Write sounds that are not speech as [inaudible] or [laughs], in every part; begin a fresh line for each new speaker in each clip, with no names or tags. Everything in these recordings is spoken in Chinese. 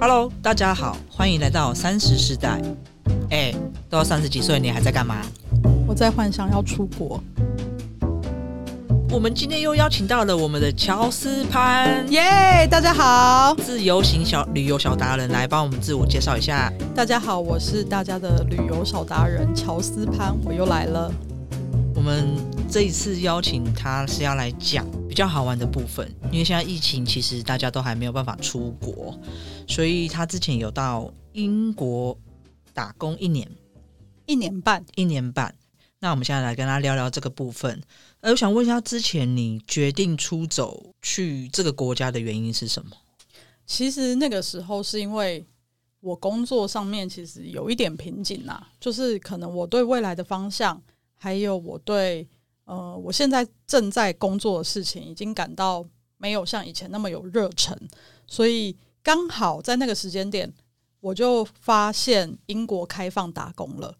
Hello，大家好，欢迎来到三十时代。哎、都要三十几岁，你还在干嘛？
我在幻想要出国，
我们今天又邀请到了我们的乔斯潘，
耶、大家好，
自由行小旅游小达人来帮我们自我介绍一下。
大家好，我是大家的旅游小达人乔斯潘，我又来了。
我们这一次邀请他是要来讲比较好玩的部分，因为现在疫情，其实大家都还没有办法出国，所以他之前有到英国打工一年，
一年半，
一年半。那我们现在来跟他聊聊这个部分。呃，我想问一下，之前你决定出走去这个国家的原因是什么？
其实那个时候是因为我工作上面其实有一点瓶颈啊，就是可能我对未来的方向，还有我对呃我现在正在工作的事情，已经感到没有像以前那么有热忱，所以刚好在那个时间点，我就发现英国开放打工了。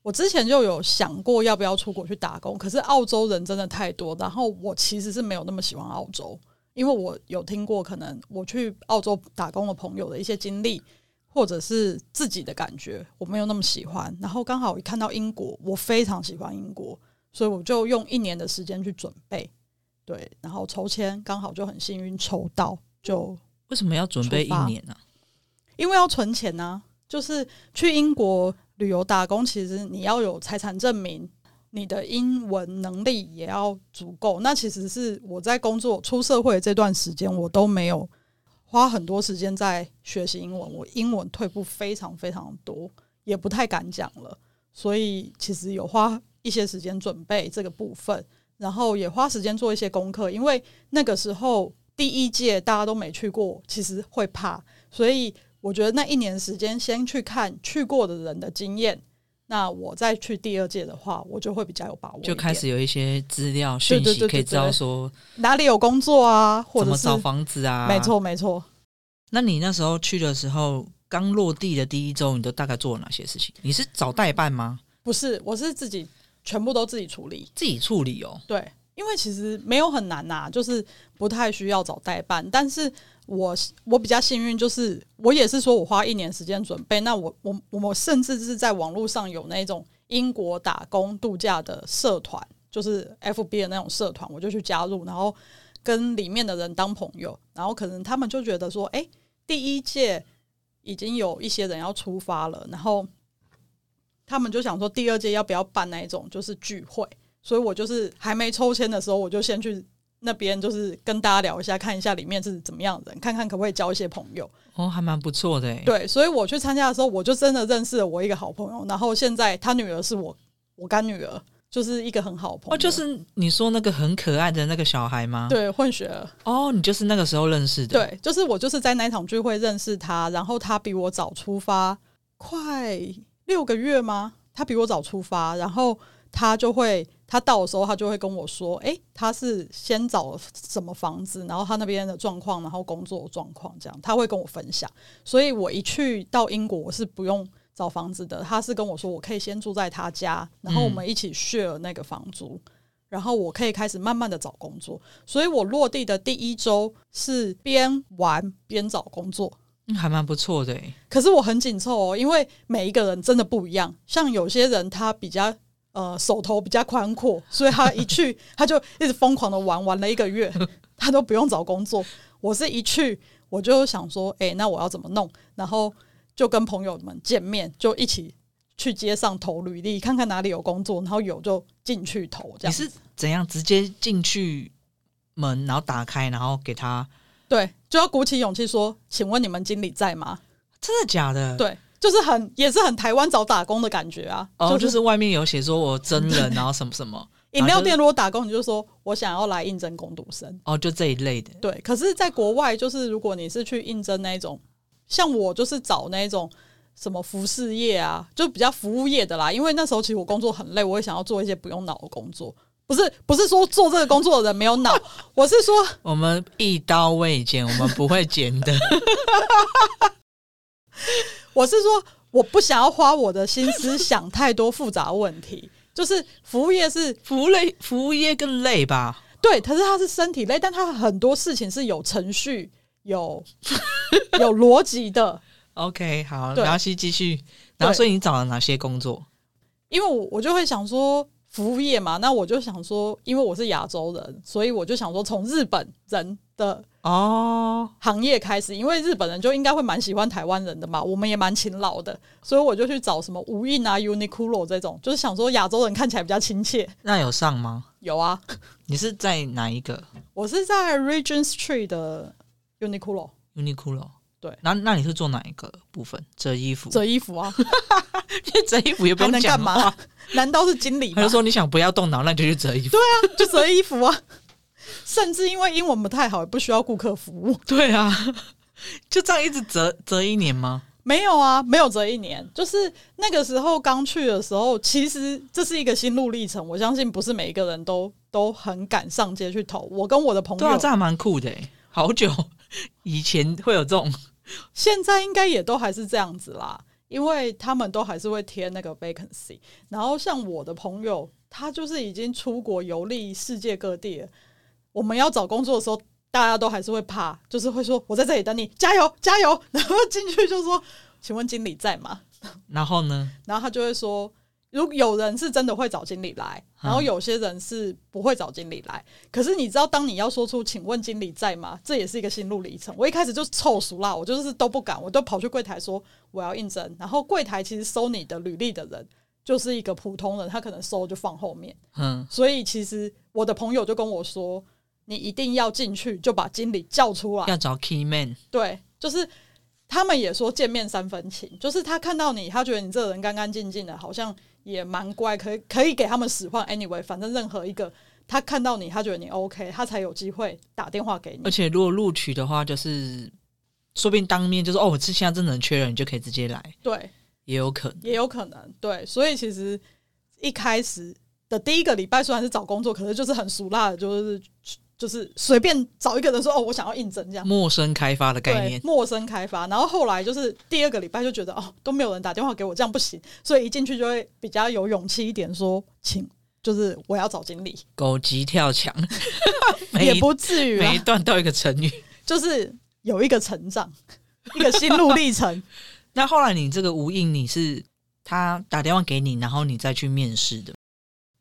我之前就有想过要不要出国去打工，可是澳洲人真的太多，然后我其实是没有那么喜欢澳洲，因为我有听过可能我去澳洲打工的朋友的一些经历，或者是自己的感觉，我没有那么喜欢。然后刚好一看到英国，我非常喜欢英国，所以我就用一年的时间去准备，对，然后抽签刚好就很幸运抽到，就
为什么要准备一
出发
年呢、啊
因为要存钱呐、就是去英国旅游打工，其实你要有财产证明，你的英文能力也要足够。那其实是我在工作出社会的这段时间，我都没有花很多时间在学习英文，我英文退步非常非常多，也不太敢讲了。所以其实有花一些时间准备这个部分，然后也花时间做一些功课，因为那个时候第一届大家都没去过，其实会怕，所以我觉得那一年时间先去看去过的人的经验，那我再去第二届的话，我就会比较有把握一
就
点，
开始有一些资料讯
对对
息
对
可以知道说
哪里有工作啊，或
怎
者
么
是
找房子啊。
没。错没错，
那你那时候去的时候，刚落地的第一周，你都大概做了哪些事情？你是找代办吗？
不是，我是自己全部都自己处理。
自己处理哦。
对，因为其实没有很难呐、就是不太需要找代办。但是我我比较幸运，就是我也是说我花一年时间准备。那我我我甚至是在网络上有那种英国打工度假的社团，就是 FB 的那种社团，我就去加入，然后跟里面的人当朋友。然后可能他们就觉得说，哎、第一届已经有一些人要出发了，然后。他们就想说，第二届要不要办那一种就是聚会？所以我就是还没抽签的时候，我就先去那边，就是跟大家聊一下，看一下里面是怎么样的人，看看可不可以交一些朋友。
哦，还蛮不错的诶。
对，所以我去参加的时候，我就真的认识了我一个好朋友，然后现在他女儿是我我干女儿，就是一个很好的朋友，
哦，就是你说那个很可爱的那个小孩吗？。
对混血儿。
哦，你就是那个时候认识的。。
对，就是我就是在那一场聚会认识他，然后他比我早出发快六个月吗？他比我早出发，然后他就会他到的时候，他就会跟我说，诶，他是先找什么房子，然后他那边的状况，然后工作的状况，这样他会跟我分享。所以我一去到英国，我是不用。找房子的，他是跟我说，我可以先住在他家，然后我们一起 share 那个房租，然后我可以开始慢慢的找工作。所以我落地的第一周是边玩边找工作。
嗯还蛮不错的诶。
可是我很紧凑哦，因为每一个人真的不一样。像有些人他比较呃手头比较宽阔，所以他一
[laughs]
去他就一直疯狂的玩，玩了一个月，他都不用找工作。我是一去我就想说，诶，那我要怎么弄？然后就跟朋友们见面，就一起去街上投履历，看看哪里有工作，然后有就进去投。这
你
样
是怎样直接进去门，然后打开，然后给他？
对，就要鼓起勇气说：“请问你们经理在吗
真的假？”的？。
对，就是很也是很台湾找打工的感觉啊。
哦，就是是外面有写说我真
[laughs]
人，然后什么什么，
饮料店如果打工，你就说我想要来应征工读生。
哦，就这一类的。
对，可是，在国外，就是如果你是去应征那一种，像我就是找那一种什么服饰业啊，就比较服务业的啦。因为那时候其实我工作很累，我也想要做一些不用脑的工作。不是不是说做这个工作的人没有脑， [laughs] 我是说
我们一刀未剪，我们不会剪
[laughs]
的。
我是说，我不想要花我的心思想太多复杂问题。就是服务业是
服务类服务业更累吧？
对，可是它是身体累，但它很多事情是有程序、有 [laughs] 有逻辑的，
OK，好，
对
然后继续。然后，
对
所以你找了哪些工作？
因为我我就会想说服务业嘛，那我就想说，因为我是亚洲人，所以我就想说从日本人的
哦，
行业开始，因为日本人就应该会蛮喜欢台湾人的嘛，我们也蛮勤劳的，所以我就去找什么无印啊、Uniqlo 这种，就是想说亚洲人看起来比较亲切。
那有上吗？
有啊，
你是在哪一个
我是在 Regent Street 的 Uniqlo
Uniqlo？
对
然后那你是做哪一个部分？折衣服，
折衣服啊，
[laughs] 折衣服也不
还
用
能
讲
干嘛
话？？
难道是经理
他
吗
就？说你想不要动脑，那你就去折衣服。
[laughs] 就折衣服啊。甚至因为英文不太好，也不需要顾客服务。
[laughs] 对啊，就这样一直折折一年吗？
没有啊，没有这一年，就是那个时候刚去的时候，其实这是一个心路历程。我相信不是每一个人都都很敢上街去投。我跟我的朋
对啊，这
友
还蛮酷的欸，好久 [laughs] 以前会有这种
现在应该也都还是这样子啦，因为他们都还是会贴那个 vacancy。然后像我的朋友，他就是已经出国游历世界各地了，我们要找工作的时候。大家都还是会怕，就是会说“我在这里等你，加油加油”，然后进去就说：“请问经理在吗？”
然后呢？
然后他就会说，如果有人是真的会找经理来，
嗯
然后有些人是不会找经理来。可是你知道，当你要说出“请问经理在吗”，这也是一个心路历程。我一开始就臭熟啦，我就是都不敢，我都跑去柜台说我要应征。然后柜台其实收你的履历的人就是一个普通人，他可能收就放后面。
嗯，
所以其实我的朋友就跟我说，你一定要进去就把经理叫出来，
要找 key man，
对，就是他们也说见面三分情，就是他看到你，他觉得你这个人干干净净的，好像也蛮乖，可以可以给他们使唤。Anyway，反正任何一个他看到你，他觉得你 OK，他才有机会打电话给
而
你。
且如果录取的话，就是说不定当面就说哦，我这现在真的很缺人，你就可以直接来，
对，
也有可能。
也有可能。对，所以其实一开始的第一个礼拜虽然是找工作，可是就是很俗辣的，就是就是随便找一个人说哦，我想要应征这样。
陌生开发的概
对
念，
陌生开发，然后后来就是第二个礼拜就觉得哦都没有人打电话给我，这样不行，所以一进去就会比较有勇气一点说，请就是我要找经理，
狗急跳
[laughs]
墙，每
也
一
不至于啊
每一，段都有一个成语。
就是有一个成长，一个心路历程。
那后来你这个无印，你是他打电话给你，然后你再去面试的。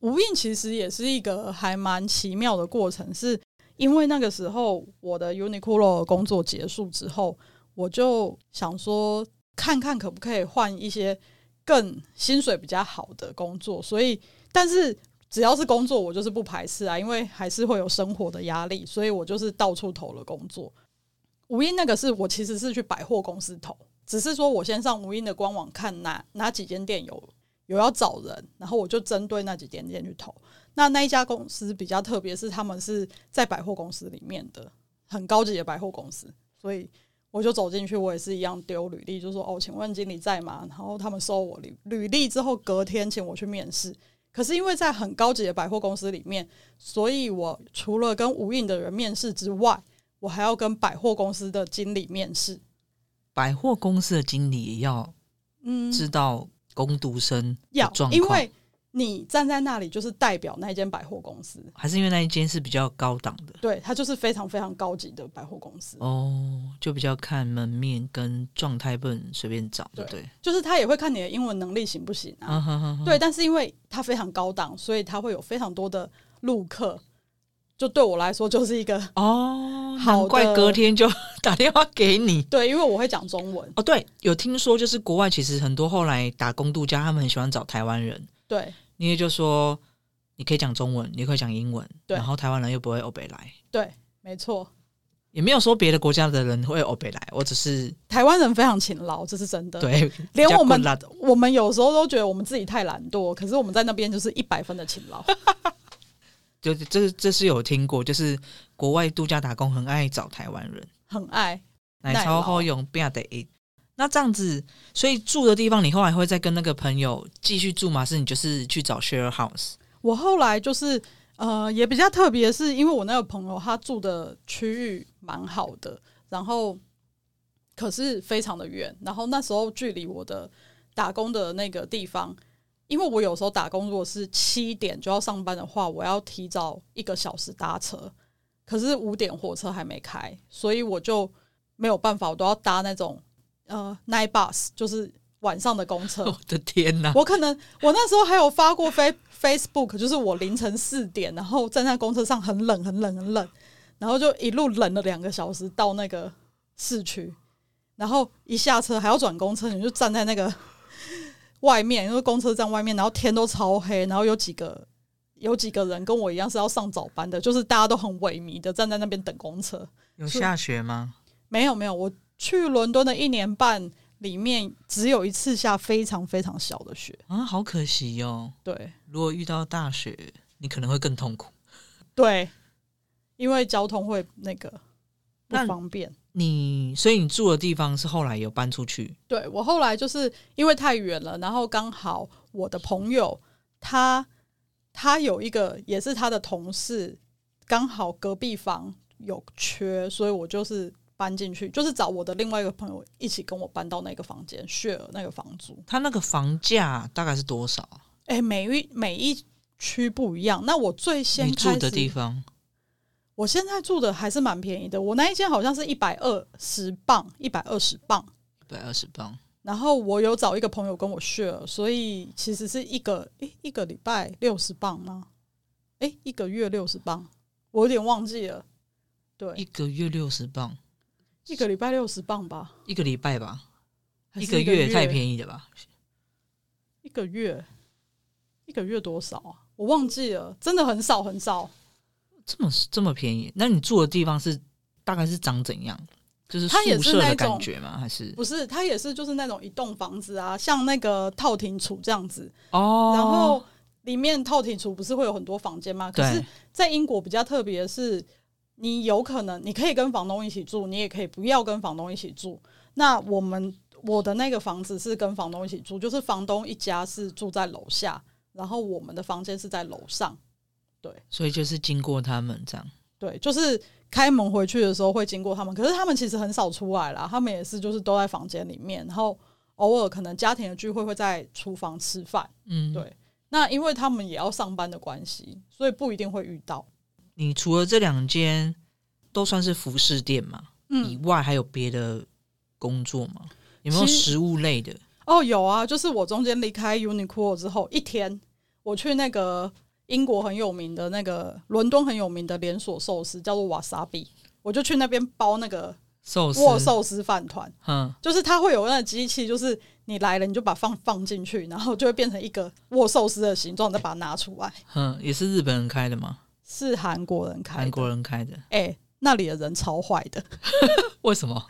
无印其实也是一个还蛮奇妙的过程，是因为那个时候我的 Uniqlo 工作结束之后，我就想说看看可不可以换一些更薪水比较好的工作，所以但是。只要是工作，我就是不排斥啊，因为还是会有生活的压力，所以我就是到处投了工作。无印那个是我其实是去百货公司投，只是说我先上无印的官网看哪哪几间店有有要找人，然后我就针对那几间店去投。那那一家公司比较特别，是他们是在百货公司里面的很高级的百货公司，所以我就走进去，我也是一样丢履历，就说哦，请问经理在吗？然后他们收我履履历之后，隔天请我去面试。可是因为在很高级的百货公司里面，所以我除了跟无印的人面试之外，我还要跟百货公司的经理面试。
百货公司的经理也要
嗯，
知道工读生的
要
状况，
因为你站在那里就是代表那间百货公司，
还是因为那一间是比较高档的
对，它就是非常非常高级的百货公司，
哦，就比较看门面跟状态，不能随便找，对不对？
就是它也会看你的英文能力行不行啊。
啊哈哈哈
对，但是因为它非常高档，所以它会有非常多的路客。就对我来说，就是一个
哦，
好的
难怪隔天就 [laughs] 打电话给你。
对，因为我会讲中文，
哦，对，有听说就是国外其实很多后来打工度假，他们很喜欢找台湾人，
对
因为就说你可以讲中文，你可以讲英文，
对
然后台湾人又不会欧北来，
对，没错，
也没有说别的国家的人会欧北来，我只是
台湾人非常勤劳，这是真的。，
对，
呃连我们
比较困难
我们有时候都觉得我们自己太懒惰，可是我们在那边就是一百分的勤劳。
就这这是有听过，就是国外度假打工很爱找台湾人，
很爱。
奶
耐
超
劳
好用变得一。那这样子，所以住的地方你后来会再跟那个朋友继续住吗？是你就是去找 share
[laughs]
house？
我后来就是呃，也比较特别，是因为我那个朋友他住的区域蛮好的，然后可是非常的远，然后那时候距离我的打工的那个地方。因为我有时候打工，如果是七点就要上班的话，我要提早一个小时搭车，可是五点火车还没开，所以我就没有办法，我都要搭那种呃 night bus，就是晚上的公车。
我的天 [laughs] 哪！
我可能我那时候还有发过 face Facebook，就是我凌晨四点，然后站在公车上很冷很冷很冷，然后就一路冷了两个小时到那个市区，然后一下车还要转公车，你就站在那个 [laughs] 外面，因为公车站外面，然后天都超黑，然后有几个。有几个人跟我一样是要上早班的，就是大家都很萎靡的站在那边等公车。
有下雪吗？
没有没有，我去伦敦的一年半里面，只有一次下非常非常小的雪。
啊，好可惜哦！
对
如果遇到大雪，你可能会更痛苦。
对，因为交通会那个不
那
方便。
你所以你住的地方是后来有搬出去，
对我后来就是因为太远了，然后刚好我的朋友他他有一个也是他的同事，刚好隔壁房有缺，所以我就是搬进去，就是找我的另外一个朋友一起跟我搬到那个房间 share 那个房租。
它那个房价大概是多少啊？
哎，每一每一区不一样。那我最先
你住
开始
的地方
我现在住的还是蛮便宜的，我那一间好像是一百二十磅，一百二十磅。
一百二十磅，
然后我有找一个朋友跟我 share，所以其实是一个诶一个礼拜六十磅吗？诶，一个月六十磅，我有点忘记了。
一
对，
个月六十磅，
一个礼拜六十磅吧，
一个礼拜吧，
还
一
是
个
一
月太
宜。
便宜了吧？
一个月，一个月多少啊？我忘记了，真的很少很少。
这么这么便宜？那你住的地方是大概是长怎样？就是
它也
宿
是
舍
那
的
种
感觉吗？还是
不是，它也是就是那种一栋房子啊，像那个套厅处这样子，
哦？
然后里面套厅处不是会有很多房间吗？可是
对，
在英国比较特别的是，你有可能你可以跟房东一起住，你也可以不要跟房东一起住。那我们我的那个房子是跟房东一起住，就是房东一家是住在楼下，然后我们的房间是在楼上。
所以就是经过他们这样，
对，就是开门回去的时候会经过他们，可是他们其实很少出来啦，他们也是就是都在房间里面，然后偶尔可能家庭的聚会会在厨房吃饭。
嗯，
对那因为他们也要上班的关系，所以不一定会遇到。
你除了这两间都算是服饰店嘛，
嗯
以外还有别的工作吗？有没有
其实
食物类的？
哦，有啊，就是我中间离开 Uniqlo 之后一天，我去那个英国很有名的那个伦敦很有名的连锁寿司，叫做 Wasabi，我就去那边包那个
寿司，
握寿司饭团，
嗯，
就是它会有那个机器，就是你来了你就把放放进去，然后就会变成一个握寿司的形状，你再把它拿出来。
哼，也是日本人开的吗？
是韩国人开
韩
的，
国人开的？
哎、那里的人超坏的。
为什么？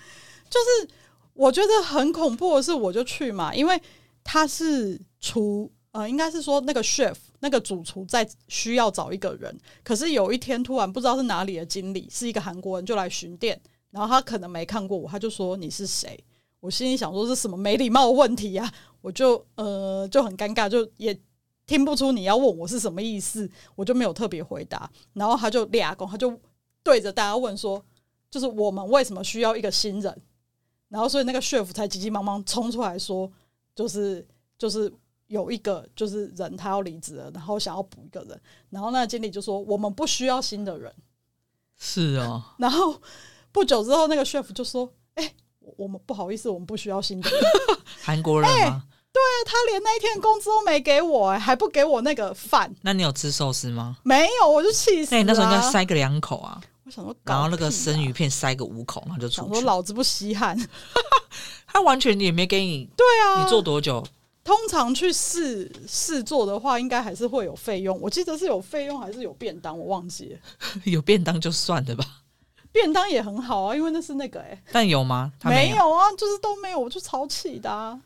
我觉得很恐怖的是，我就去嘛，因为他是厨，呃，应该是说那个 chef 那个主厨在需要找一个人，可是有一天突然不知道是哪里的经理，是一个韩国人就来巡店，然后他可能没看过我，他就说你是谁？我心里想说是什么没礼貌的问题呀、我就呃就很尴尬，就也听不出你要问我是什么意思，我就没有特别回答。然后他就俩公，他就对着大家问说，就是我们为什么需要一个新人？然后所以那个 chef 才急急忙忙冲出来说，就是就是有一个就是人他要离职了，然后想要补一个人，然后那个经理就说我们不需要新的人，
是哦，
然后不久之后那个 chef 就说，哎、我我们不好意思，我们不需要新的
[laughs]
人，
韩国人
哎
吗？
他连那一天工资都没给我、哎还不给我那个饭，
那你有吃寿司吗？
没有，我就气
那
死了、啊
你哎那时候应该塞个两口啊，
我想说搞屁啊、
然后那个生鱼片塞个五口，然后就
想
出
说
去。
老子不稀罕，对
他完全也没给
[laughs]
你，
啊，
你做多久？
通常去试试做的话，应该还是会有费用。我记得是有费用还是有便当，我忘记了。
有便当就算了吧。
便当也很好啊，因为那是那个哎、
但有吗？他
没
有，
有啊，就是都没有，我就超气的、啊。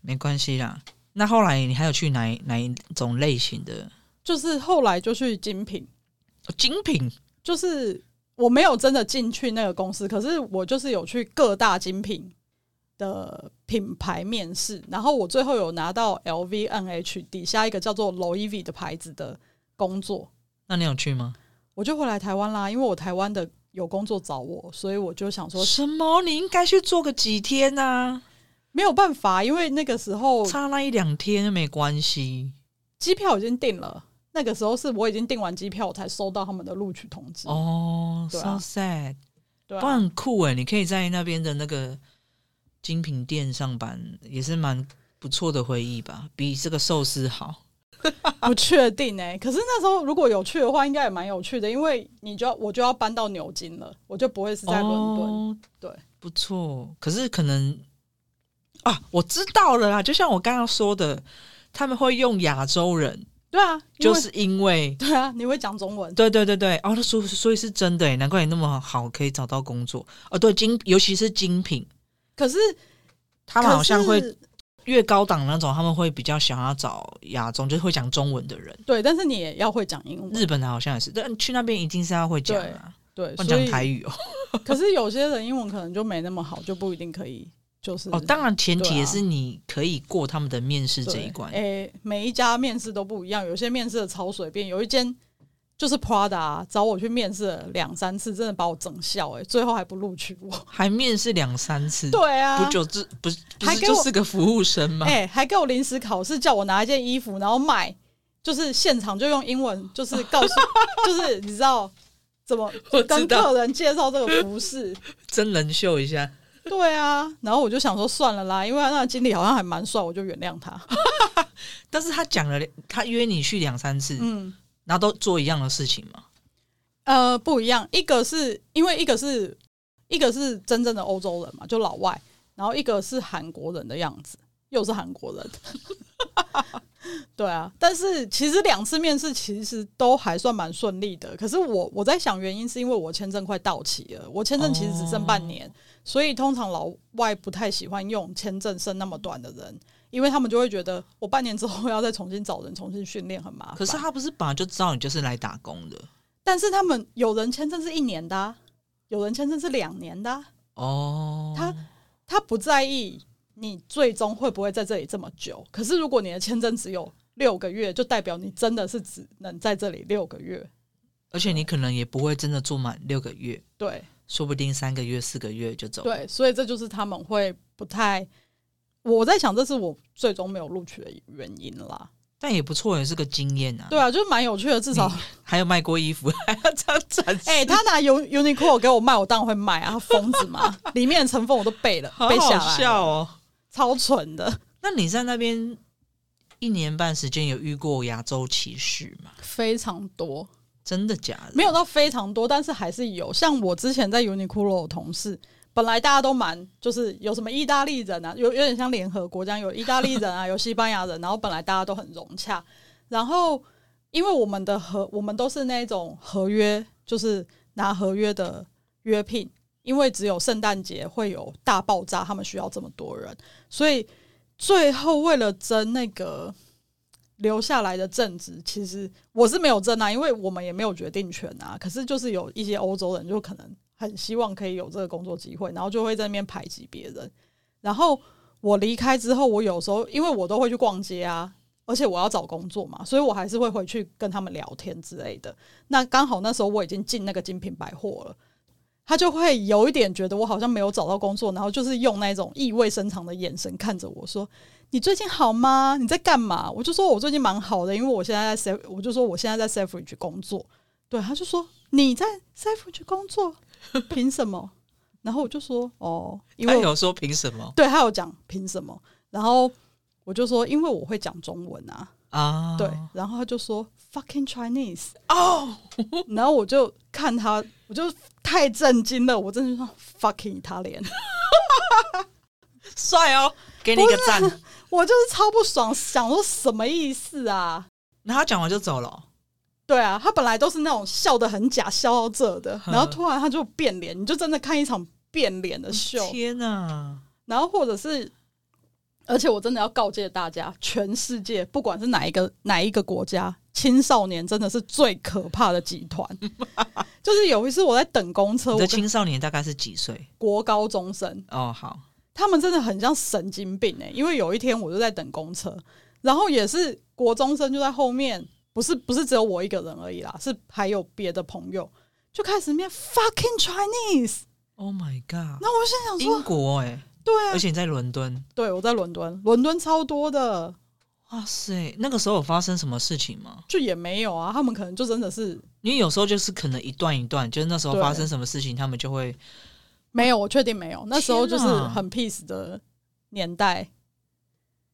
没关系啦。那后来你还有去哪一哪一种类型的
就是后来就去精品，
哦精品？
就是我没有真的进去那个公司，可是我就是有去各大精品的品牌面试，然后我最后有拿到 LVNH 底下一个叫做 Louis V 的牌子的工作，
那你有去吗？
我就回来台湾啦，因为我台湾的有工作找我，所以我就想说
什么？你应该去做个几天呐、
没有办法，因为那个时候
差那一两天没关系。
机票已经订了，那个时候是我已经订完机票，我才收到他们的录取通知。
哦、
对
s
啊
o sad。
对
哇，
啊，
很酷哎！你可以在那边的那个精品店上班，也是蛮不错的回忆吧，比这个寿司好。
不确定哎、可是那时候如果有去的话，应该也蛮有趣的，因为你就要我就要搬到牛津了，我就不会是在伦敦。
哦
对，
不错。可是可能啊，我知道了啦。就像我刚刚说的，他们会用亚洲人，
对啊，因
就
为
是因为
对啊，你会讲中文，
对对对对，哦，那所以所以是真的耶，难怪你那么好可以找到工作哦。对，精尤其是精品，
可是
他们好像
可
会
是
越高档那种，他们会比较想要找亚洲，就是会讲中文的人。
对，但是你也要会讲英文，
日本的好像也是，但去那边一定是要会讲啊，
对，
会
所
讲
以
台语哦。
可是有些人英文可能就没那么好，就不一定可以，就是
哦，当然前提
对啊
也是你可以过他们的面试
对
这一关。
诶、每一家面试都不一样，有些面试的超随便，有一间就是 Prada 啊、找我去面试了两三次，真的把我整笑诶、最后还不录取我。
还面试两三次，
[laughs] 对啊，
嗯不就是不是不
还
是
给我
就是个服务生吗？
哎、还给我临时考试，叫我拿一件衣服，然后买，就是现场就用英文，就是告
[laughs]
诉，就是你知道怎么
我知
跟
道，
客人介绍这个服饰。
真人秀一下，
对啊，然后我就想说算了啦，因为那个经理好像还蛮帅，我就原谅他。
但是他讲了，他约你去两三次，
嗯，
然后都做一样的事情嘛。
呃，不一样，一个是因为一个是一个是真正的欧洲人嘛，就老外，然后一个是韩国人的样子，又是韩国人。 [laughs] 对啊，但是其实两次面试其实都还算蛮顺利的。可是我我在想，原因是因为我签证快到期了，我签证其实只剩半
哦
年，所以通常老外不太喜欢用签证剩那么短的人，因为他们就会觉得我半年之后要再重新找人重新训练很麻烦。
可是他不是本来就知道你就是来打工的
但是他们有人签证是一年的啊、有人签证是两年的啊、
哦。
他他不在意你最终会不会在这里这么久。可是如果你的签证只有六个月，就代表你真的是只能在这里六个月。
而且你可能也不会真的做满六个月，
对
说不定三个月、四个月就走。，
对，所以这就是他们会不太。我在想，这是我最终没有录取的原因啦。
但也不错，也是个经验啊。
对，啊，就是蛮有趣的，至少
啊你还有卖过衣服，还要这样展示，
哎、他拿 U Uniqlo 给我卖，我当然会卖啊，他疯子嘛！里面的成分我都背
[laughs]
了，
好
背下
好
来
笑
了，
哦。
超蠢的。
那你在那边一年半时间有遇过亚洲歧视吗？
非常多，
真的假的？
没有到非常多，但是还是有。像我之前在 Uniqlo 的同事，本来大家都蛮就是有什么意大利人啊，有有点像联合国这样，有意大利人啊，有西班牙人，然后本来大家都很融洽，然后因为我们的合我们都是那种合约，就是拿合约的约聘，因为只有圣诞节会有大爆炸，他们需要这么多人，所以最后为了争那个留下来的正职，其实我是没有争啊，因为我们也没有决定权啊。可是就是有一些欧洲人就可能很希望可以有这个工作机会，然后就会在那边排挤别人。然后我离开之后，我有时候因为我都会去逛街啊，而且我要找工作嘛，所以我还是会回去跟他们聊天之类的。那刚好那时候我已经进那个精品百货了。他就会有一点觉得我好像没有找到工作，然后就是用那种意味深长的眼神看着我说：“你最近好吗？你在干嘛？我就说我最近蛮好的，因为我现在在 Safe，我就说我现在在 Saferidge 工作。对，他就说你在 Saferidge 工作，凭什么？然后我就说哦，因
他
为我
有说凭什么
对他有讲凭什么？然后我就说因为我会讲中文啊，
啊？
对，然后他就说 fucking Chinese，
哦，
然后我就看他，我就太震惊了，我真的就说 fucking 他脸，
帅哦，给你一个赞。
[laughs] 我就是超不爽，想说什么意思啊？
然后他讲完就走了哦、
对啊，他本来都是那种笑得很假，笑到这的，
嗯
然后突然他就变脸，你就真的看一场变脸的秀。
天哪！
然后或者是，而且我真的要告诫大家，全世界不管是哪一个哪一个国家，青少年真的是最可怕的集团。 [laughs] 就是有一次我在等公车，
你
呃我
的
跟
青少年大概是几岁？
国高中生，
哦，好，
他们真的很像神经病哎、因为有一天我就在等公车，然后也是国中生就在后面，不是不是只有我一个人而已啦，是还有别的朋友，就开始念 fucking Chinese。
Oh my god！
然后我就想说，
英国哎、
对啊
而，且你在伦敦，
对我在伦敦，伦敦超多的，
哇塞，那个时候有发生什么事情吗？
就也没有啊，他们可能就真的是
因为有时候就是可能一段一段，就是那时候
对
发生什么事情，他们就会
没有，我确定没有。那时候就是
哦天哪
很 peace 的年代，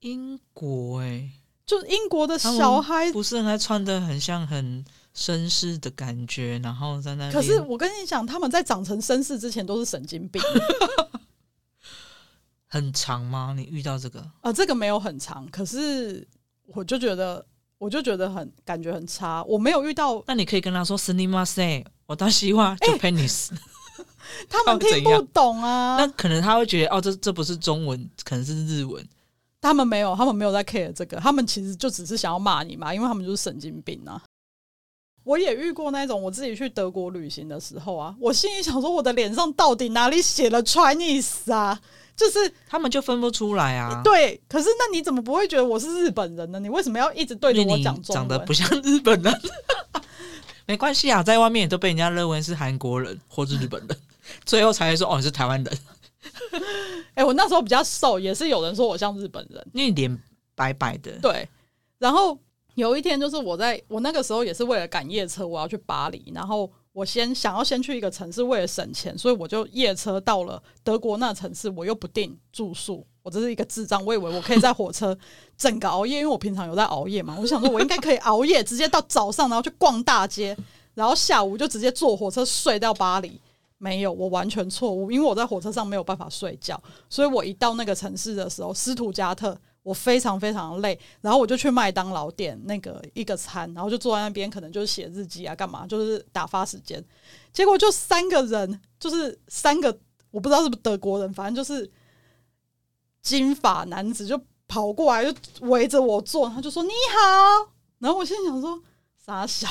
英国哎、
就英国的小孩。
不是很爱穿的很像很绅士的感觉，然后在那边
可是我跟你讲，他们在长成绅士之前都是神经病 [laughs]
很长吗？你遇到这个
啊、这个没有很长，可是我就觉得，我就觉得很感觉很差。我没有遇到
那你可以跟他说 s n i m a s e 我到希望
哎
Japanese”，、
他们听不懂啊，
那可能他会觉得哦，这这不是中文，可能是日文。
他们没有，他们没有在 care 这个，他们其实就只是想要骂你嘛，因为他们就是神经病啊。我也遇过那种我自己去德国旅行的时候啊，我心里想说，我的脸上到底哪里写了 Chinese 啊？就是
他们就分不出来啊。
对，可是那你怎么不会觉得我是日本人呢？你为什么要一直对着
因为
我
你
讲中
长
文？
得不像日本人， [laughs] 没关系啊，在外面也都被人家认为是韩国人或是日本
[laughs]
人，最后才会说哦你是台湾人，
哎、我那时候比较瘦，也是有人说我像日本人。
因为你脸白白的。
对，然后有一天就是我在我那个时候也是为了赶夜车，我要去巴黎，然后我先想要先去一个城市，为了省钱，所以我就夜车到了德国那城市，我又不订住宿。我这是一个智障，我以为我可以在火车整个熬夜，因为我平常有在熬夜嘛。我想说，我应该可以熬夜，直接到早上，然后去逛大街，然后下午就直接坐火车睡到巴黎。没有，我完全错误，因为我在火车上没有办法睡觉，所以我一到那个城市的时候，斯图加特，我非常非常累，然后我就去麦当劳点那个一个餐，然后就坐在那边，可能就是写日记啊，干嘛，就是打发时间。结果就三个人，就是三个，我不知道是不是德国人，反正就是金发男子啊就跑过来，就围着我坐，他就说你好，然后我心里想说傻小，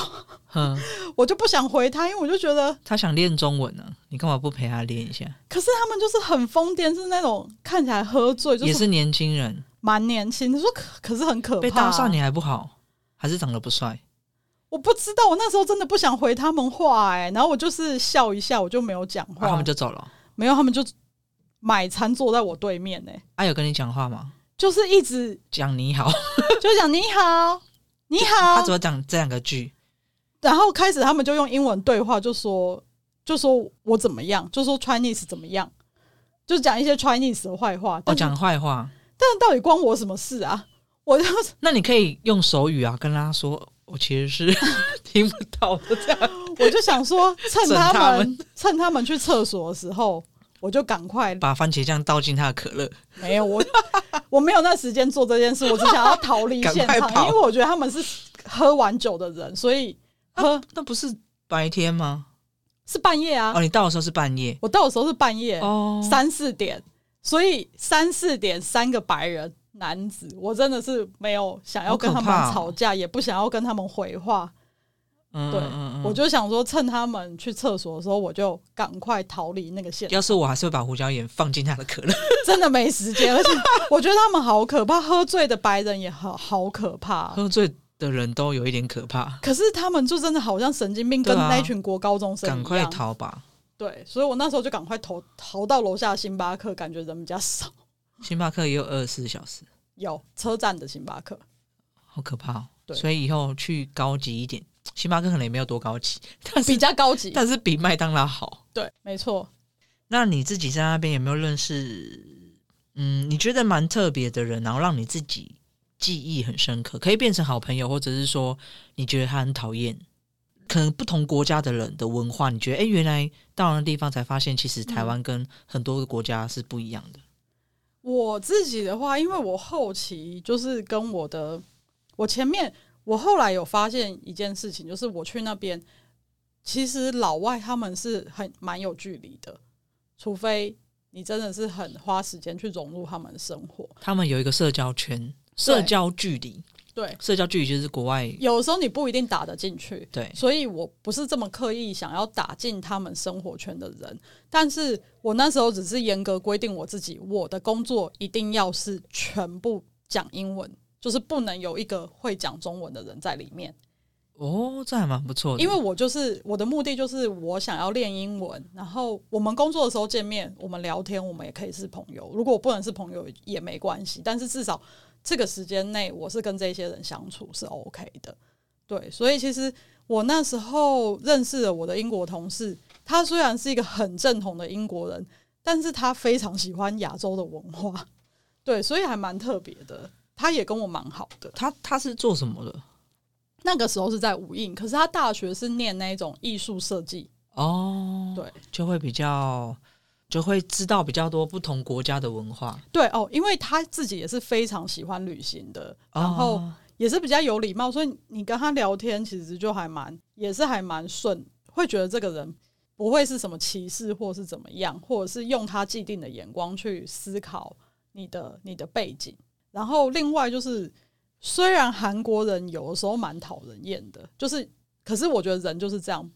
哼，
我就不想回他，因为我就觉得
他想练中文呢、啊你干嘛不陪他练一下？
可是他们就是很疯癫，是那种看起来喝醉，就
也
是
是年轻人，
蛮年轻。你说可可是很可怕、啊
被搭讪你还不好，还是长得不帅？
我不知道，我那时候真的不想回他们话哎、然后我就是笑一下，我就没有讲话。
啊然后他们就走了。
没有，他们就买餐坐在我对面哎、
啊，有跟你讲话吗？
就是一
[laughs]
直
讲你好，
就讲你好，你好
他，只有讲这两个句。
然后开始他们就用英文对话，就说就说我怎么样，就说 Chinese 怎么样，就讲一些 Chinese 的坏话。
我
但是
哦讲坏话，
但到底关我什么事啊？我就
那你可以用手语啊，跟他说，我其实是
[laughs]
听不到的这样。
我就想说，趁
整 [laughs]
他
他
们趁他们去厕所的时候，我就赶快
把番茄酱倒进他的可
[laughs]
乐，
没有我我没有那时间做这件事，我只想要逃离现
赶
场
快，跑
因为我觉得他们是喝完酒的人，所以喝
那不是白天吗？
是半夜啊
哦，。你到的时候是半夜
我到的时候是半夜
哦，
三四点，所以三四点三个白人男子，我真的是没有想要跟他
好
们
可怕哦
吵架，也不想要跟他们回话。
嗯
对
嗯嗯
我就想说，趁他们去厕所的时候，我就赶快逃离那个现场。
要是我还是会把胡椒盐放进他的可乐，
真的没时间，而且我觉得他们好可怕，喝醉的白人也好好可怕。哦
喝醉的人都有一点可怕，
可是他们就真的好像神经病，
对
跟
啊
那群国高中生一样。
赶快！逃吧！
对，所以我那时候就赶快逃逃到楼下星巴克，感觉人比较少，
星巴克也有二十四小时，
有车站的星巴克。
好可怕、哦。
对
所以以后去高级一点，星巴克可能也没有多高级，但
比
是
较高级。
但是比麦当劳好。
对，没错。
那你自己在那边有没有认识？嗯，你觉得蛮特别的人，然后让你自己记忆很深刻，可以变成好朋友，或者是说你觉得他很讨厌，可能不同国家的人的文化，你觉得哎、诶原来到那地方才发现，其实台湾跟很多个国家是不一样的。
我自己的话，因为我后期就是跟我的，我前面我后来有发现一件事情，就是我去那边，其实老外他们是很蛮有距离的，除非你真的是很花时间去融入他们的生活。
他们有一个社交圈、社交距离，
对，
社交距离就是国外
有时候你不一定打得进去，
对
所以我不是这么刻意想要打进他们生活圈的人，但是我那时候只是严格规定我自己，我的工作一定要是全部讲英文，就是不能有一个会讲中文的人在里面，
哦，这还蛮不错的，
因为我就是我的目的就是我想要练英文，然后我们工作的时候见面，我们聊天，我们也可以是朋友。如果不能是朋友也没关系，但是至少这个时间内我是跟这些人相处是 OK 的。对，所以其实我那时候认识了我的英国同事，他虽然是一个很正统的英国人，但是他非常喜欢亚洲的文化，对，所以还蛮特别的。他也跟我蛮好的，
他他是做什么的？
那个时候是在无印，可是他大学是念那种艺术设计，
哦，
对，
就会比较就会知道比较多不同国家的文化，
对哦，因为他自己也是非常喜欢旅行的，然后
哦
也是比较有礼貌，所以你跟他聊天其实就还蛮，也是还蛮顺，会觉得这个人不会是什么歧视或是怎么样，或者是用他既定的眼光去思考你的你的背景。然后另外就是，虽然韩国人有的时候蛮讨人厌的，就是可是我觉得人就是这样。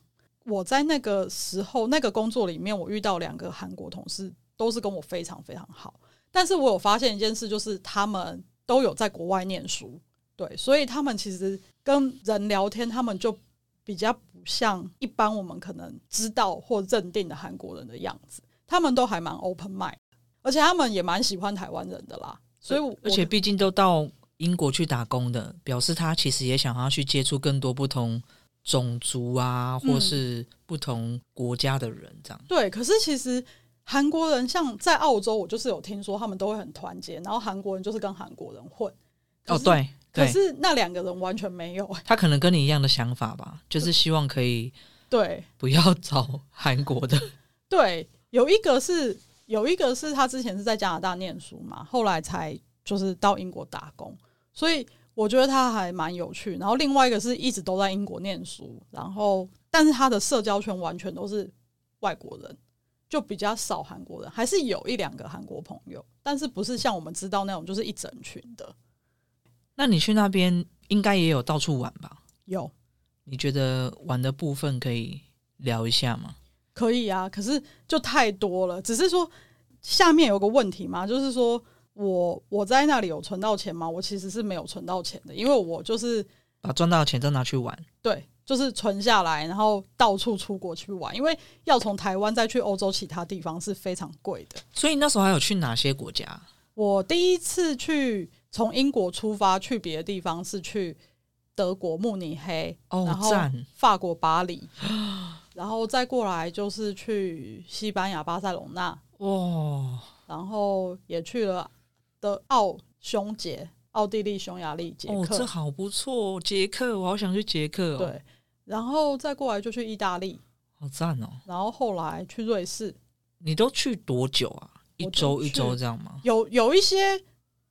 我在那个时候那个工作里面，我遇到两个韩国同事，都是跟我非常非常好。但是我有发现一件事，就是他们都有在国外念书，对，所以他们其实跟人聊天，他们就比较不像一般我们可能知道或认定的韩国人的样子，他们都还蛮 open mind，的而且他们也蛮喜欢台湾人的啦，所以我
而且毕竟都到英国去打工的，表示他其实也想要去接触更多不同种族啊，
嗯
或是不同国家的人这样。
对，可是其实韩国人像在澳洲，我就是有听说他们都会很团结，然后韩国人就是跟韩国人混。可
哦，
是，
对
可
对，
是那两个人完全没有、欸
他可能跟你一样的想法吧，就是希望可以
对
不要找韩国
[laughs]
的。
对，有一个是有一个是他之前是在加拿大念书嘛，后来才就是到英国打工，所以我觉得他还蛮有趣。然后另外一个是一直都在英国念书，然后但是他的社交圈完全都是外国人，就比较少韩国人，还是有一两个韩国朋友，但是不是像我们知道那种就是一整群的。
那你去那边应该也有到处玩吧？
有
你觉得玩的部分可以聊一下吗？
可以啊，可是就太多了。只是说下面有个问题嘛，就是说我我在那里有存到钱吗？我其实是没有存到钱的，因为我就是
把赚到的钱都拿去玩，
对，就是存下来，然后到处出国去玩，因为要从台湾再去欧洲其他地方是非常贵的。
所以那时候还有去哪些国家？
我第一次去从英国出发去别的地方是去德国慕尼黑，然
哦，
后
赞！
法国巴黎，然后再过来就是去西班牙巴塞隆纳，
哇、
然后也去了的奥匈节、奥地利、匈牙利、捷
哦，
克，
这好不错、哦，捷克，我好想去捷克哦，
对，然后再过来就去意大利，
好赞哦！
然后后来去瑞士，你
你都去多久啊？一
我
周
都
一周
去
这样吗？
有有一些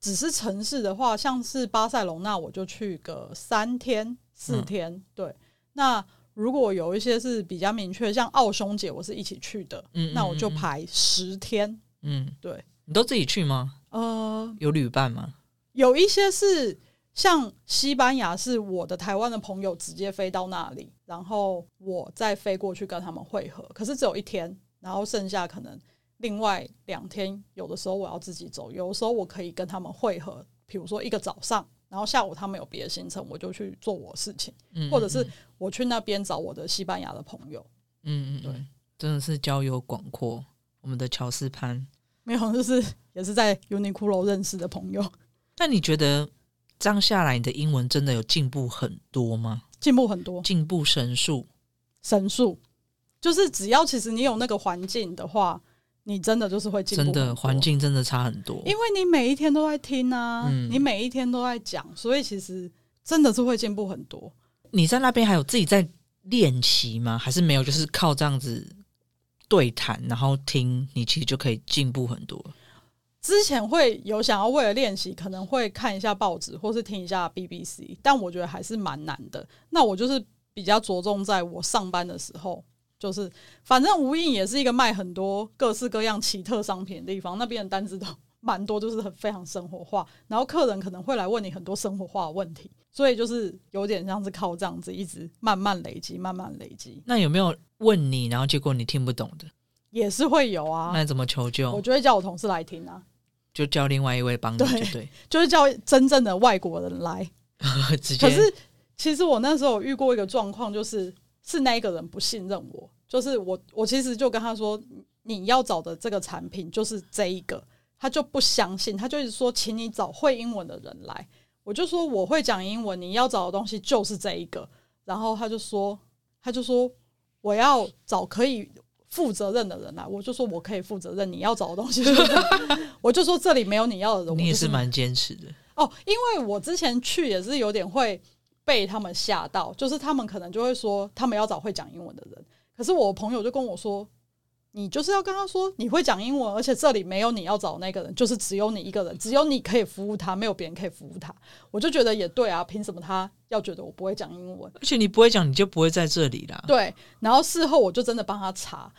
只是城市的话，像是巴塞隆纳，我就去个三天四天，对，那。如果有一些是比较明确，像奥匈节，我是一起去的，
嗯
那我就
嗯嗯嗯
排十天。
嗯，
对，
你都自己去吗？
呃，
有旅伴吗？
有一些是像西班牙，是我的台湾的朋友直接飞到那里，然后我再飞过去跟他们会合，可是只有一天，然后剩下可能另外两天，有的时候我要自己走，有的时候我可以跟他们会合，比如说一个早上，然后下午他们有别的行程，我就去做我的事情，
嗯，
或者是我去那边找我的西班牙的朋友，
嗯嗯嗯，
对
嗯真的是交友广阔。我们的乔斯潘，
没有，就是也是在 Uniqlo 认识的朋友，
那你觉得这样下来，你的英文真的有进步很多吗？
进步很多。
进步神速？
神速，就是只要其实你有那个环境的话，你真的就是会进步
真
很
的
多
环，境真的差很多。
因为你每一天都在听啊，
嗯
你每一天都在讲，所以其实真的是会进步很多。
你在那边还有自己在练习吗？还是没有？就是靠这样子对谈，然后听，你其实就可以进步很多了。
之前会有想要为了练习，可能会看一下报纸或是听一下 BBC，但我觉得还是蛮难的。那我就是比较着重在我上班的时候，就是反正无印也是一个卖很多各式各样奇特商品的地方，那边的单子都蛮多，就是很非常生活化。然后客人可能会来问你很多生活化的问题，所以就是有点像是靠这样子一直慢慢累积，慢慢累积
那有没有问你，然后结果你听不懂的？
也是会有啊
那。你怎么求
我
救？
就会叫我同事来听啊，
就叫另外一位帮你，就
对
对，
就是叫真正的外国人来。
直接。
可是其实我那时候有遇过一个状况，就是是那一个人不信任我，就是我我其实就跟他说，你要找的这个产品就是这一个，他就不相信，他就一直说，请你找会英文的人来。我就说我会讲英文，你要找的东西就是这一个。然后他就说，他就说我要找可以负责任的人来。我就说我可以负责任，你要找的东西就是这个， [laughs] 我就说这里没有你要的人。我
你也
就是
蛮坚持的，
哦，因为我之前去也是有点会被他们吓到，就是他们可能就会说他们要找会讲英文的人，可是我朋友就跟我说，你就是要跟他说你会讲英文，而且这里没有你要找那个人，就是只有你一个人，只有你可以服务他，没有别人可以服务他。我就觉得也对啊，凭什么他要觉得我不会讲英文？
而且你不会讲，你就不会在这里啦。
对，然后事后我就真的帮他查，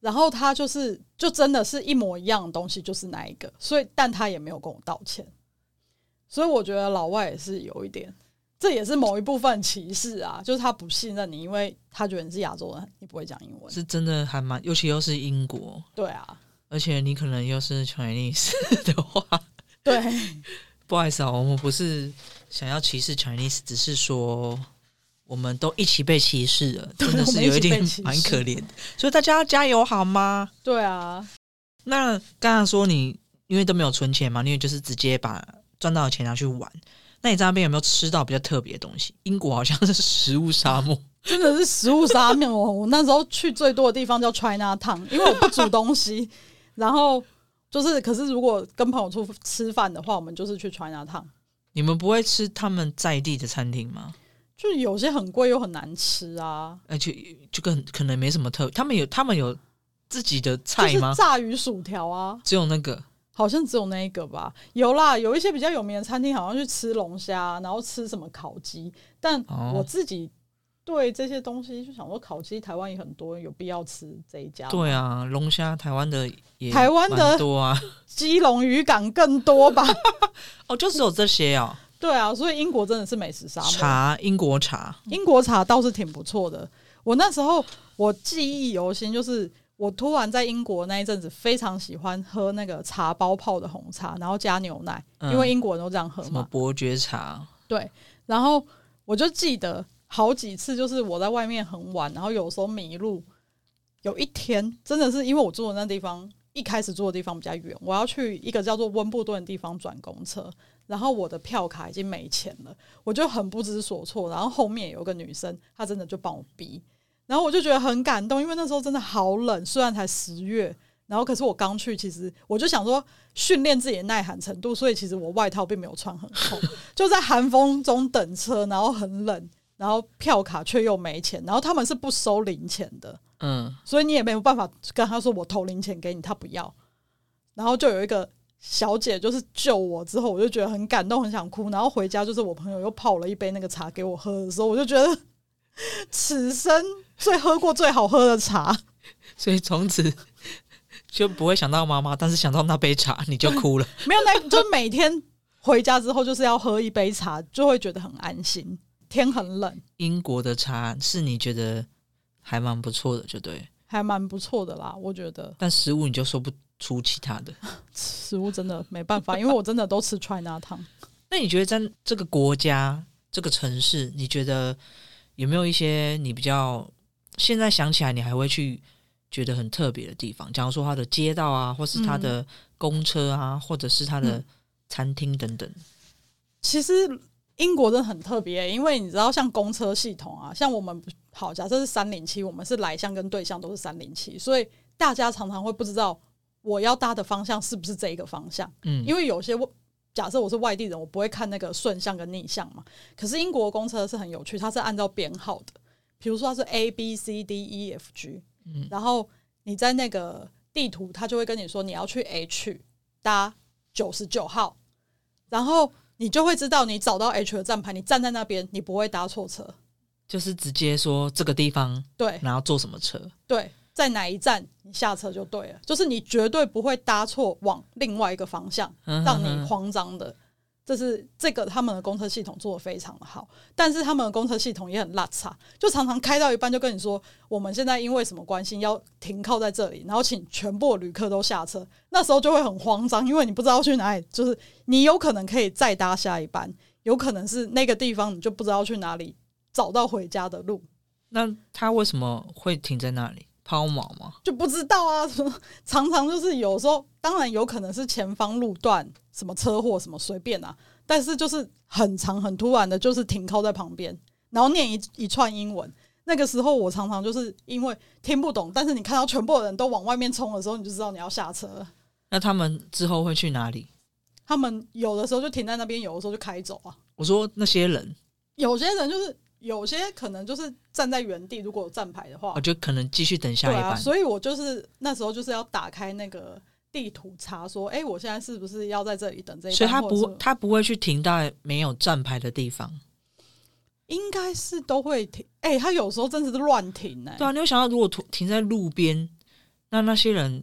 然后他就是就真的是一模一样的东西，就是那一个，所以但他也没有跟我道歉，所以我觉得老外也是有一点，这也是某一部分歧视啊，就是他不信任你，因为他觉得你是亚洲人，你不会讲英文，
是真的还蛮，尤其又是英国，
对啊，
而且你可能又是 Chinese 的话，
对， [laughs]
不好意思啊，我们不是想要歧视 Chinese，只是说我们都一起被歧视了，真的
我
是
们
有
一起被
点
歧视
蛮可怜的，所以大家要加油好吗？
对啊，
那刚才说你因为都没有存钱嘛，因为就是直接把赚到的钱拿啊去玩。那你在那边有没有吃到比较特别的东西？英国好像是食物沙漠，
真的是食物杀面哦！我那时候去最多的地方叫 China Town，因为我不煮东西，然后就是，可是如果跟朋友出吃饭的话，我们就是去 China Town。
你们不会吃他们在地的餐厅吗？
就有些很贵又很难吃啊，
而且就跟可能没什么特，他们有他们有自己的
就
菜
是
吗？
炸鱼薯条啊，
只有那个
好像只有那一个吧。有啦，有一些比较有名的餐厅好像去吃龙虾，然后吃什么烤鸡，但
哦
我自己对这些东西就想说，烤鸡台湾也很多，有必要吃这一家吗？
对啊，龙虾台湾的也
台湾的
蛮多
[laughs]
啊，
基隆渔港更多吧？ [laughs]
哦，就只有这些哦。
对啊，所以英国真的是美食沙漠。
茶，英国茶，
英国茶倒是挺不错的。我那时候我记忆犹新，就是我突然在英国那一阵子非常喜欢喝那个茶包泡的红茶，然后加牛奶，
嗯
因为英国人都这样喝
什么
嘛。
伯爵茶，
对，然后我就记得好几次，就是我在外面很晚，然后有时候迷路。有一天真的是因为我住的那地方，一开始住的地方比较远，我要去一个叫做温布顿的地方转公车，然后我的票卡已经没钱了，我就很不知所措。然后后面有个女生，她真的就帮我逼，然后我就觉得很感动，因为那时候真的好冷，虽然才十月，然后可是我刚去，其实我就想说训练自己的耐寒程度，所以其实我外套并没有穿很厚，就在寒风中等车，然后很冷，然后票卡却又没钱，然后他们是不收零钱的， [laughs]
嗯，
所以你也没有办法跟他说我投零钱给你，他不要。然后就有一个小姐就是救我之后，我就觉得很感动，很想哭。然后回家就是我朋友又泡了一杯那个茶给我喝的时候，我就觉得此生最喝过最好喝的茶。
所以从此 [laughs] 就不会想到妈妈，但是想到那杯
[laughs]
茶你就哭了。
没有那，就每天回家之后就是要喝一杯茶，就会觉得很安心。天很冷，
英国的茶是你觉得还蛮不错的，就对，
还蛮不错的啦，我觉得
但食物你就说不出其他的。
食物真的没办法，因为我真的都吃 China 汤。
那你觉得在这个国家、这个城市，你觉得有没有一些你比较现在想起来你还会去觉得很特别的地方？假如说它的街道啊，或是它的公车啊，或者是它的
嗯
餐厅等等。
其实英国真的很特别，因为你知道，像公车系统啊，像我们不好，假设是三零七，我们是来向跟对象都是三零七，所以大家常常会不知道我要搭的方向是不是这一个方向，
嗯，
因为有些我。假设我是外地人，我不会看那个顺向跟逆向嘛。可是英国公车是很有趣，它是按照编号的，比如说它是 A B C D E F G，、
嗯
然后你在那个地图，它就会跟你说你要去 H 搭九十九号，然后你就会知道你找到 H 的站牌，你站在那边，你不会搭错车。
就是直接说这个地方，
对
然后坐什么车。
对，在哪一站你下车就对了，就是你绝对不会搭错往另外一个方向，
嗯
让你慌张的。这是这个他们的公车系统做的非常的好，但是他们的公车系统也很拉差，就常常开到一半就跟你说，我们现在因为什么关系要停靠在这里，然后请全部的旅客都下车。那时候就会很慌张，因为你不知道去哪里，就是你有可能可以再搭下一班，有可能是那个地方你就不知道去哪里找到回家的路，
那他为什么会停在那里？抛锚吗？
就不知道啊。什么常常就是有时候，当然有可能是前方路段什么车祸什么随便啊，但是就是很长很突然的，就是停靠在旁边，然后念一一串英文。那个时候我常常就是因为听不懂，但是你看到全部的人都往外面冲的时候，你就知道你要下车了。
那他们之后会去哪里？
他们有的时候就停在那边，有的时候就开走啊。
我说那些人，
有些人就是有些可能就是站在原地，如果有站牌的话
我，哦就可能继续等下
对
一
啊，
班。
所以我就是那时候就是要打开那个地图查说，哎、我现在是不是要在这里等这一班？
所以他
或者是
不，他不会去停在没有站牌的地方。
应该是都会停。哎、他有时候真的是乱停哎、
对啊，你有想到如果停停在路边，那那些人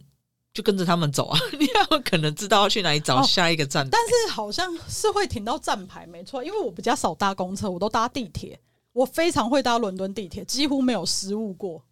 就跟着他们走啊， [laughs] 你要可能知道要去哪里找
哦
下一个站。
但是好像是会停到站牌，没错，因为我比较少搭公车，我都搭地铁，我非常会搭伦敦地铁，几乎没有失误过，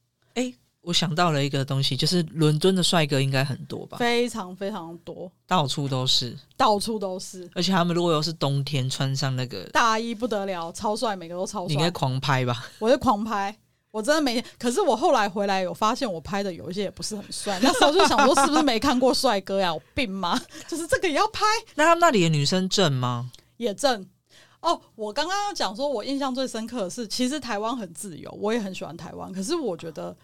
我想到了一个东西，就是伦敦的帅哥应该很多吧，
非常非常多，
到处都是。
到处都是。
而且他们如果又是冬天，穿上那个，
大一不得了，超帅，每个都超
你应该
帅，
狂拍吧？ [laughs]
我就狂拍。我真的没，可是我后来回来有发现，我拍的有一些也不是很帅。那时候就想说，是不是没看过帅哥呀？有病吗？ [laughs] 就是这个也要拍
那他们那里的女生正吗？
也正哦。我刚刚要讲说，我印象最深刻的是，其实台湾很自由，我也很喜欢台湾。可是我觉得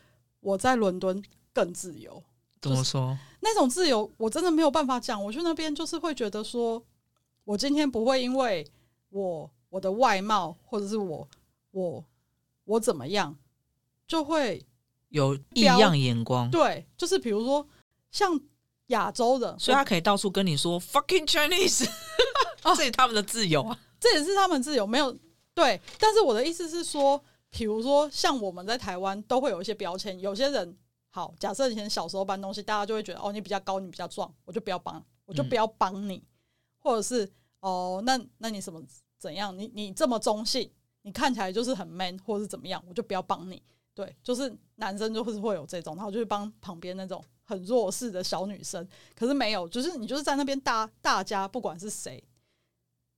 我在伦敦更自由，
怎么说？
那种自由我真的没有办法讲。我去那边就是会觉得说，我今天不会因为我我的外貌或者是我我我怎么样，就会
有异样眼光，
对，就是比如说像亚洲人，
所以他可以到处跟你说 “fucking Chinese”，
哦
[laughs] 这是他们的自由啊。
这也是他们自由没有对。但是我的意思是说，比如说像我们在台湾都会有一些标签，有些人好，假设以前小时候搬东西，大家就会觉得哦，你比较高，你比较壮，我就不要帮，我就不要帮你，或者是哦，那那你什么怎样？你你这么中性，你看起来就是很 man，或者是怎么样，我就不要帮你。对，就是男生就是会有这种，然后就会帮旁边那种很弱势的小女生。可是没有，就是你就是在那边大大家不管是谁，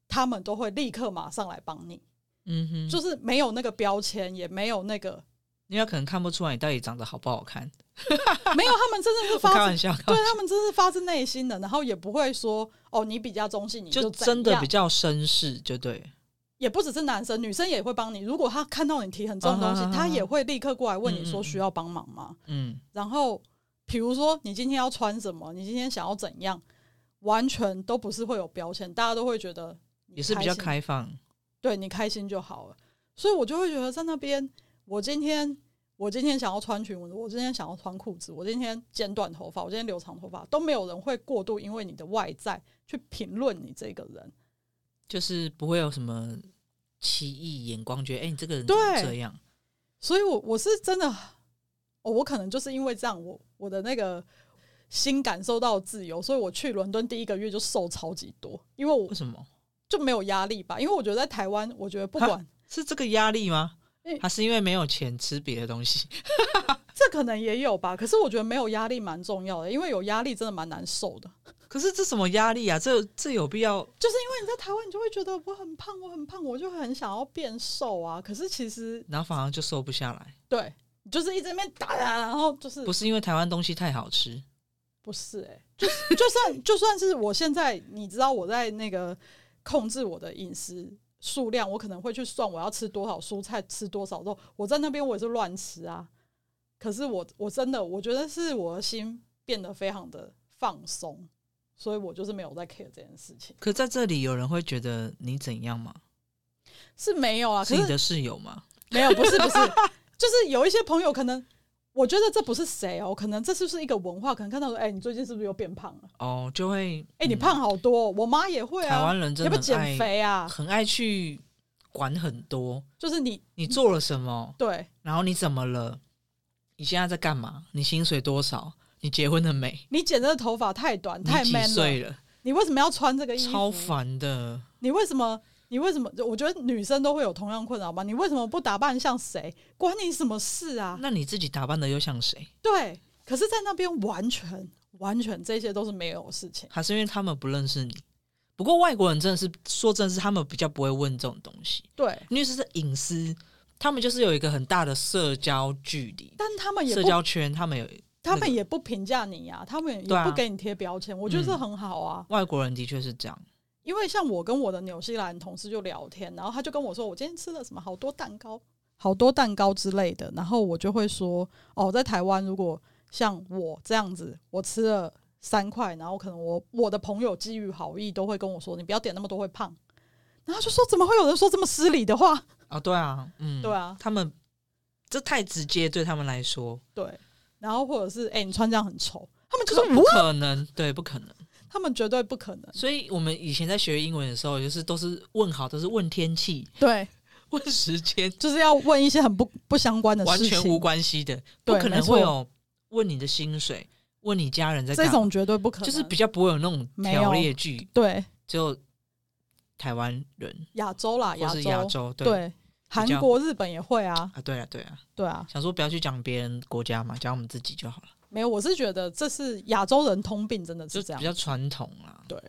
他们都会立刻马上来帮你，
嗯哼，
就是没有那个标签，也没有那个 [laughs]
人家可能看不出来你到底长得好不好看。
没有，他们真的是
我开
发自
玩笑，
对他们真是发自内心的，然后也不会说哦你比较中性，你
就
怎
真的
样
比较绅士，就对了。
也不只是男生，女生也会帮你。如果他看到你提很重的东西
啊哈，哈哈
他也会立刻过来问你
嗯嗯
说
嗯
需要帮忙吗？
嗯，
然后比如说你今天要穿什么，你今天想要怎样，完全都不是会有标签，大家都会觉得你
也是比较
心，
开放。
对你开心就好了。所以我就会觉得在那边，我今天我今天想要穿裙子，我今天想要穿裤子，我今天剪短头发，我今天留长头发，都没有人会过度因为你的外在去评论你这个人。
就是不会有什么奇异眼光，觉得哎、你这个人怎
对
么这样？
所以我我是真的，哦，我可能就是因为这样，我我的那个心感受到自由，所以我去伦敦第一个月就瘦超级多，因为我
为什么？
就没有压力吧。因为我觉得在台湾，我觉得不管
是这个压力吗
嗯？
还是因为没有钱吃别的东西？ [laughs]
这可能也有吧，可是我觉得没有压力蛮重要的，因为有压力真的蛮难受的。
可是这什么压力啊？这这有必要？
就是因为你在台湾，你就会觉得我很胖，我很胖，我就很想要变瘦啊。可是其实
然后反而就瘦不下来，
对，你就是一直在那边打打，然后就是
不是因为台湾东西太好吃？
不是哎、 [laughs] 就是就算就算是我现在，你知道我在那个控制我的饮食数量，我可能会去算我要吃多少蔬菜，吃多少肉。我在那边我也是乱吃啊，可是我我真的我觉得是我的心变得非常的放松，所以我就是没有在 care 这件事情，
可在这里有人会觉得你怎样吗？
是没有啊，可
是你
是
的室友吗？
[laughs] 没有，不是不是，就是有一些朋友可能。我觉得这不是谁哦，可能这就是一个文化，可能看到说，哎、你最近是不是又变胖了？
哦，就会
哎、你、
嗯
胖好多哦、我妈也会啊。
台湾人真
要
的
不要
很
减
爱
肥啊？
很爱去管很多。
就是你
你做了什么？
对
然后你怎么了？你现在在干嘛？你薪水多少？你结婚了没？
你剪这个头发太短太
你几
man 了，
岁了？
你为什么要穿这个衣服？
超烦的。
你为什么？你为什么？我觉得女生都会有同样困扰吧？你为什么不打扮像谁？关你什么事啊？
那你自己打扮的又像谁？
对，可是，在那边完全完全这些都是没有的事情。
还是因为他们不认识你？不过外国人真的是说真的是他们比较不会问这种东西，
对
因为是隐私他们就是有一个很大的社交距离，
但他们也
社
不，
交圈，他们有
他
那
们
个
也不评价你呀、他们
对
也
啊
不给你贴标签，我觉得这
嗯
很好啊。
外国人的确是这样，
因为像我跟我的纽西兰同事就聊天，然后他就跟我说，我今天吃了什么好多蛋糕，好多蛋糕之类的，然后我就会说，哦，在台湾如果像我这样子，我吃了三块，然后可能我我的朋友基于好意都会跟我说，你不要点那么多会胖，然后就说怎么会有人说这么失礼的话？
啊，对啊，嗯，
对啊
他们这太直接，对他们来说，
对，然后或者是哎、你穿这样很丑，他们就
这 [laughs]
说
不
我，
可能，对，不可能。
他们绝对不可能，
所以我们以前在学英文的时候，就是都是问好，都是问天气、 [laughs]
对，
问时间，
就是要问一些很不不相关的
完
事
全无
情，
关系的，不
对
可能
没错
会有问你的薪水，问你家人在
这
干嘛，
种绝对不可能，
就是比较不会有那种
没有
条列句，
对。
只有台湾人
亚洲啦，
或
亚
是
洲，
亚洲，对
对，韩
较
国、日本也会啊，
啊，对啊，对啊，
对啊，
想说不要去讲别人国家嘛，讲我们自己就好了，
没有，我是觉得这是亚洲人通病，真的
就是
这
比
样，
较传统啦，
对，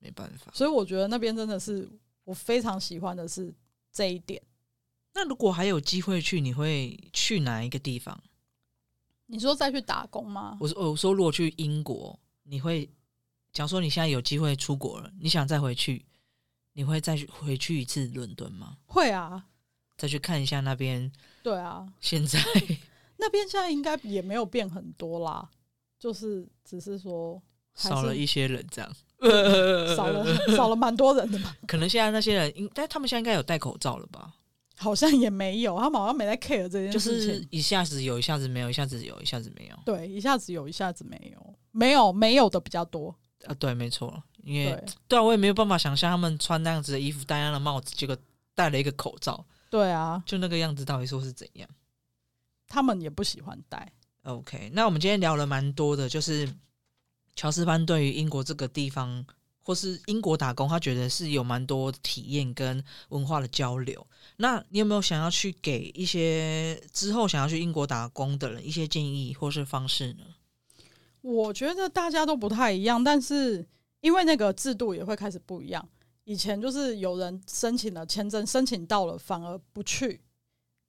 没办法。
所以我觉得那边真的是我非常喜欢的是这一点。
那如果还有机会去，你会去哪一个地方？
你说再去打工吗？
我说，我说，如果去英国，你会，假如说你现在有机会出国了，你想再回去，你会再去回去一次伦敦吗？
会啊，
再去看一下那边
对啊，
现在
那边现在应该也没有变很多啦，就是只是说还是
少了一些人，这样，
[laughs]
呃
少了少了蛮多人的吧，
可能现在那些人应，但他们现在应该有戴口罩了吧？
好像也没有，他们好像没在 care 这件
就
事情，
是一下子有，一下子没有，一下子有，一下子没有
对，一下子有，一下子没有，没有没有的比较多，
啊，对，没错，因为
对
对啊，我也没有办法想象他们穿那样子的衣服，戴那样的帽子，结果戴了一个口罩，
对啊，
就那个样子，到底说是怎样？
他们也不喜欢戴。
OK，那我们今天聊了蛮多的，就是乔斯班对于英国这个地方，或是英国打工，他觉得是有蛮多体验跟文化的交流。那你有没有想要去给一些之后想要去英国打工的人一些建议或是方式呢？
我觉得大家都不太一样，但是因为那个制度也会开始不一样。以前就是有人申请了签证，申请到了反而不去，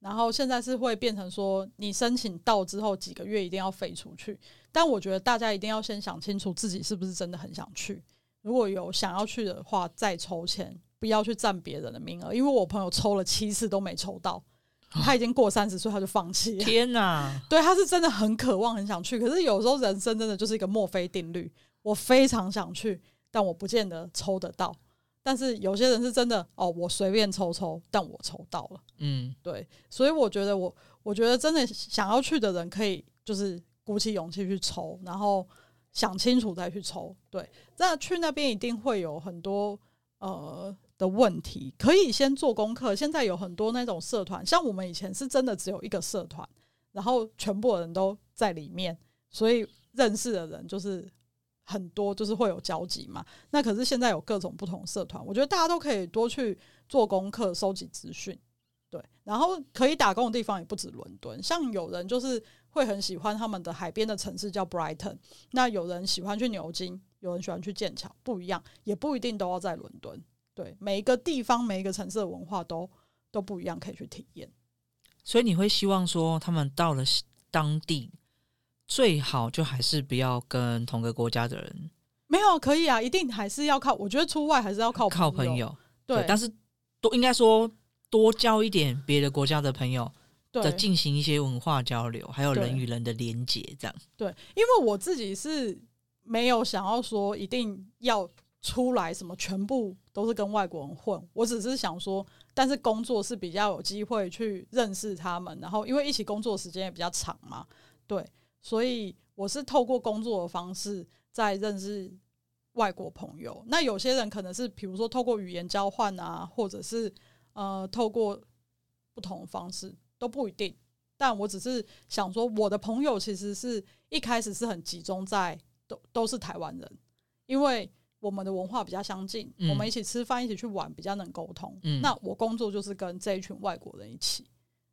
然后现在是会变成说你申请到之后几个月一定要飞出去。但我觉得大家一定要先想清楚自己是不是真的很想去，如果有想要去的话再抽签，不要去占别人的名额。因为我朋友抽了七次都没抽到，他已经过三十岁，他就放弃了。
天哪、
对，他是真的很渴望、很想去。可是有时候人生真的就是一个墨菲定律，我非常想去，但我不见得抽得到。但是有些人是真的哦，我随便抽抽，但我抽到了。
嗯，
对，所以我觉得我，我觉得真的想要去的人，可以就是鼓起勇气去抽，然后想清楚再去抽。对，那去那边一定会有很多呃的问题，可以先做功课。现在有很多那种社团，像我们以前是真的只有一个社团，然后全部人都在里面，所以认识的人就是。很多就是会有交集嘛，那可是现在有各种不同社团，我觉得大家都可以多去做功课、收集资讯，对，然后可以打工的地方也不止伦敦，像有人就是会很喜欢他们的海边的城市叫 Brighton，那有人喜欢去牛津，有人喜欢去剑桥，不一样，也不一定都要在伦敦。对，每一个地方、每一个城市的文化都都不一样，可以去体验。
所以你会希望说，他们到了当地，最好就还是不要跟同个国家的人
没有可以啊，一定还是要靠，我觉得出外还是要靠
靠
朋
朋。友，
对，
但是多应该说多交一点别的国家的朋友，的
对
进行一些文化交流，还有
对
人与人的连接，这样。
对，因为我自己是没有想要说一定要出来什么，全部都是跟外国人混。我只是想说，但是工作是比较有机会去认识他们，然后因为一起工作时间也比较长嘛，对，所以我是透过工作的方式在认识外国朋友。那有些人可能是比如说透过语言交换啊，或者是呃透过不同的方式都不一定。但我只是想说，我的朋友其实是一开始是很集中在都都是台湾人，因为我们的文化比较相近，
嗯
我们一起吃饭、一起去玩比较能沟通。
嗯
那我工作就是跟这一群外国人一起，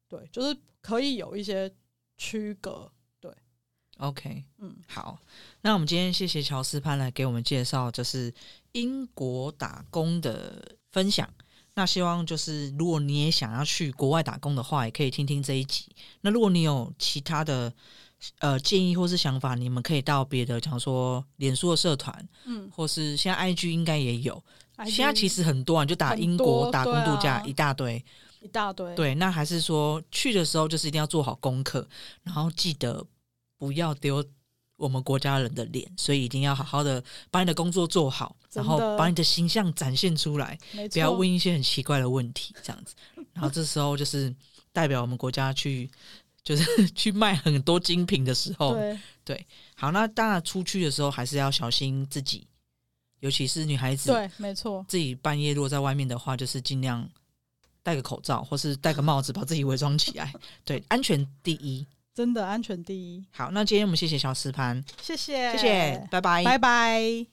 对，就是可以有一些区隔。
OK，
嗯，
好，那我们今天谢谢乔斯潘来给我们介绍，就是英国打工的分享。那希望就是，如果你也想要去国外打工的话，也可以听听这一集。那如果你有其他的呃建议或是想法，你们可以到别的，讲说脸书的社团，
嗯，
或是现在 IG 应该也有。现在其实
实
很多啊，你就打
很
英国
多
打工
对
度
啊
假、一大堆。
一大堆，
对，那还是说去的时候就是一定要做好功课，然后记得不要丢我们国家人的脸，所以一定要好好的把你的工作做好，然
真
后
的
把你的形象展现出来，
没
不要
错
问一些很奇怪的问题，这样子。然后这时候就是代表我们国家去，就是 [laughs] 去卖很多精品的时候，
对，
好，那当然出去的时候还是要小心自己，尤其是女孩子，
对，没错，
自己半夜如果在外面的话，就是尽量戴个口罩或是戴个帽子，把自己伪装起来。对，安全第一。
真的安全第一。
好，那今天我们谢谢小石盘，
谢谢，
谢谢，拜拜
拜拜。